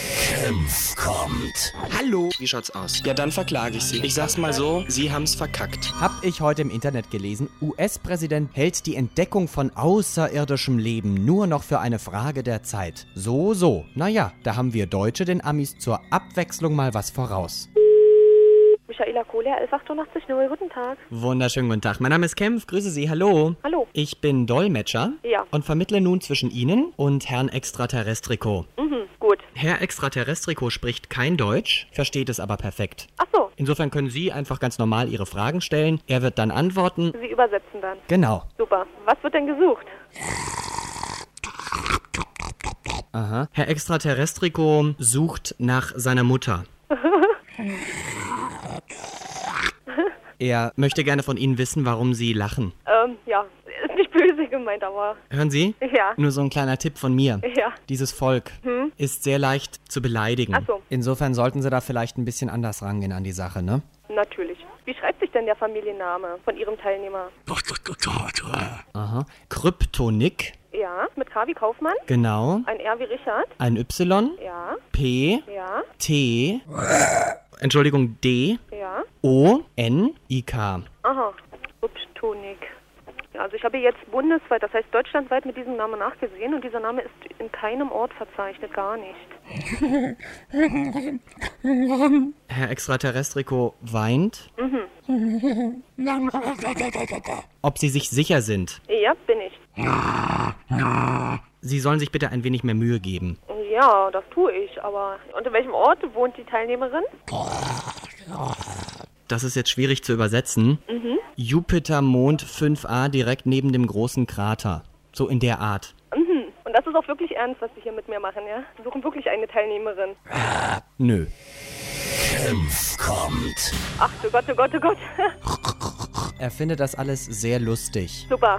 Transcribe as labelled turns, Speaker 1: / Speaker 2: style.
Speaker 1: Senf kommt.
Speaker 2: Hallo. Wie schaut's aus? Ja, dann verklage ich Sie. Ich sag's mal so, Sie haben's verkackt.
Speaker 3: Hab ich heute im Internet gelesen, US-Präsident hält die Entdeckung von außerirdischem Leben nur noch für eine Frage der Zeit. So, so. Naja, da haben wir Deutsche den Amis zur Abwechslung mal was voraus.
Speaker 4: Michaela Kohler, 1188 0, guten Tag.
Speaker 3: Wunderschönen guten Tag. Mein Name ist Kempf. Grüße Sie. Hallo.
Speaker 4: Hallo.
Speaker 3: Ich bin Dolmetscher
Speaker 4: Ja.
Speaker 3: und vermittle nun zwischen Ihnen und Herrn Extraterrestrico.
Speaker 4: Mhm, gut.
Speaker 3: Herr Extraterrestrico spricht kein Deutsch, versteht es aber perfekt.
Speaker 4: Ach so,
Speaker 3: Insofern können Sie einfach ganz normal Ihre Fragen stellen. Er wird dann antworten.
Speaker 4: Sie übersetzen dann.
Speaker 3: Genau.
Speaker 4: Super. Was wird denn gesucht?
Speaker 3: Aha. Herr Extraterrestrico sucht nach seiner Mutter. Er möchte gerne von Ihnen wissen, warum Sie lachen.
Speaker 4: Ähm, ja, ist nicht böse gemeint, aber
Speaker 3: Hören Sie?
Speaker 4: Ja.
Speaker 3: Nur so ein kleiner Tipp von mir.
Speaker 4: Ja. Hm?
Speaker 3: Dieses Volk ist sehr leicht zu beleidigen.
Speaker 4: Ach so.
Speaker 3: Insofern sollten Sie da vielleicht ein bisschen anders rangehen an die Sache, ne?
Speaker 4: natürlich. Wie schreibt sich denn der Familienname von Ihrem Teilnehmer?
Speaker 3: Aha. Kryptonik,
Speaker 4: Ja, mit K wie Kaufmann,
Speaker 3: genau.
Speaker 4: ein R wie Richard.
Speaker 3: Ein Y,
Speaker 4: Ja,
Speaker 3: P,
Speaker 4: ja,
Speaker 3: T, Entschuldigung, D,
Speaker 4: ja.
Speaker 3: O, N, I, K.
Speaker 4: Aha, Kryptonik. Ja, also ich habe jetzt bundesweit, das heißt deutschlandweit mit diesem Namen nachgesehen und dieser Name ist in keinem Ort verzeichnet, gar nicht.
Speaker 3: Herr Extraterrestrico weint. Ob Sie sich sicher sind.
Speaker 4: Ja, bin ich.
Speaker 3: Sie sollen sich bitte ein wenig mehr Mühe geben.
Speaker 4: Ja, das tue ich, aber... Und in welchem Ort wohnt die Teilnehmerin?
Speaker 3: Das ist jetzt schwierig zu übersetzen. Jupiter Mond 5a direkt neben dem großen Krater. So in der Art.
Speaker 4: Und das ist auch wirklich ernst, was sie hier mit mir machen, ja? Sie suchen wirklich eine Teilnehmerin.
Speaker 3: Nö.
Speaker 1: Senf kommt.
Speaker 4: oh Ach du Gott, du Gott, du Gott.
Speaker 3: Er findet das alles sehr lustig.
Speaker 4: Super.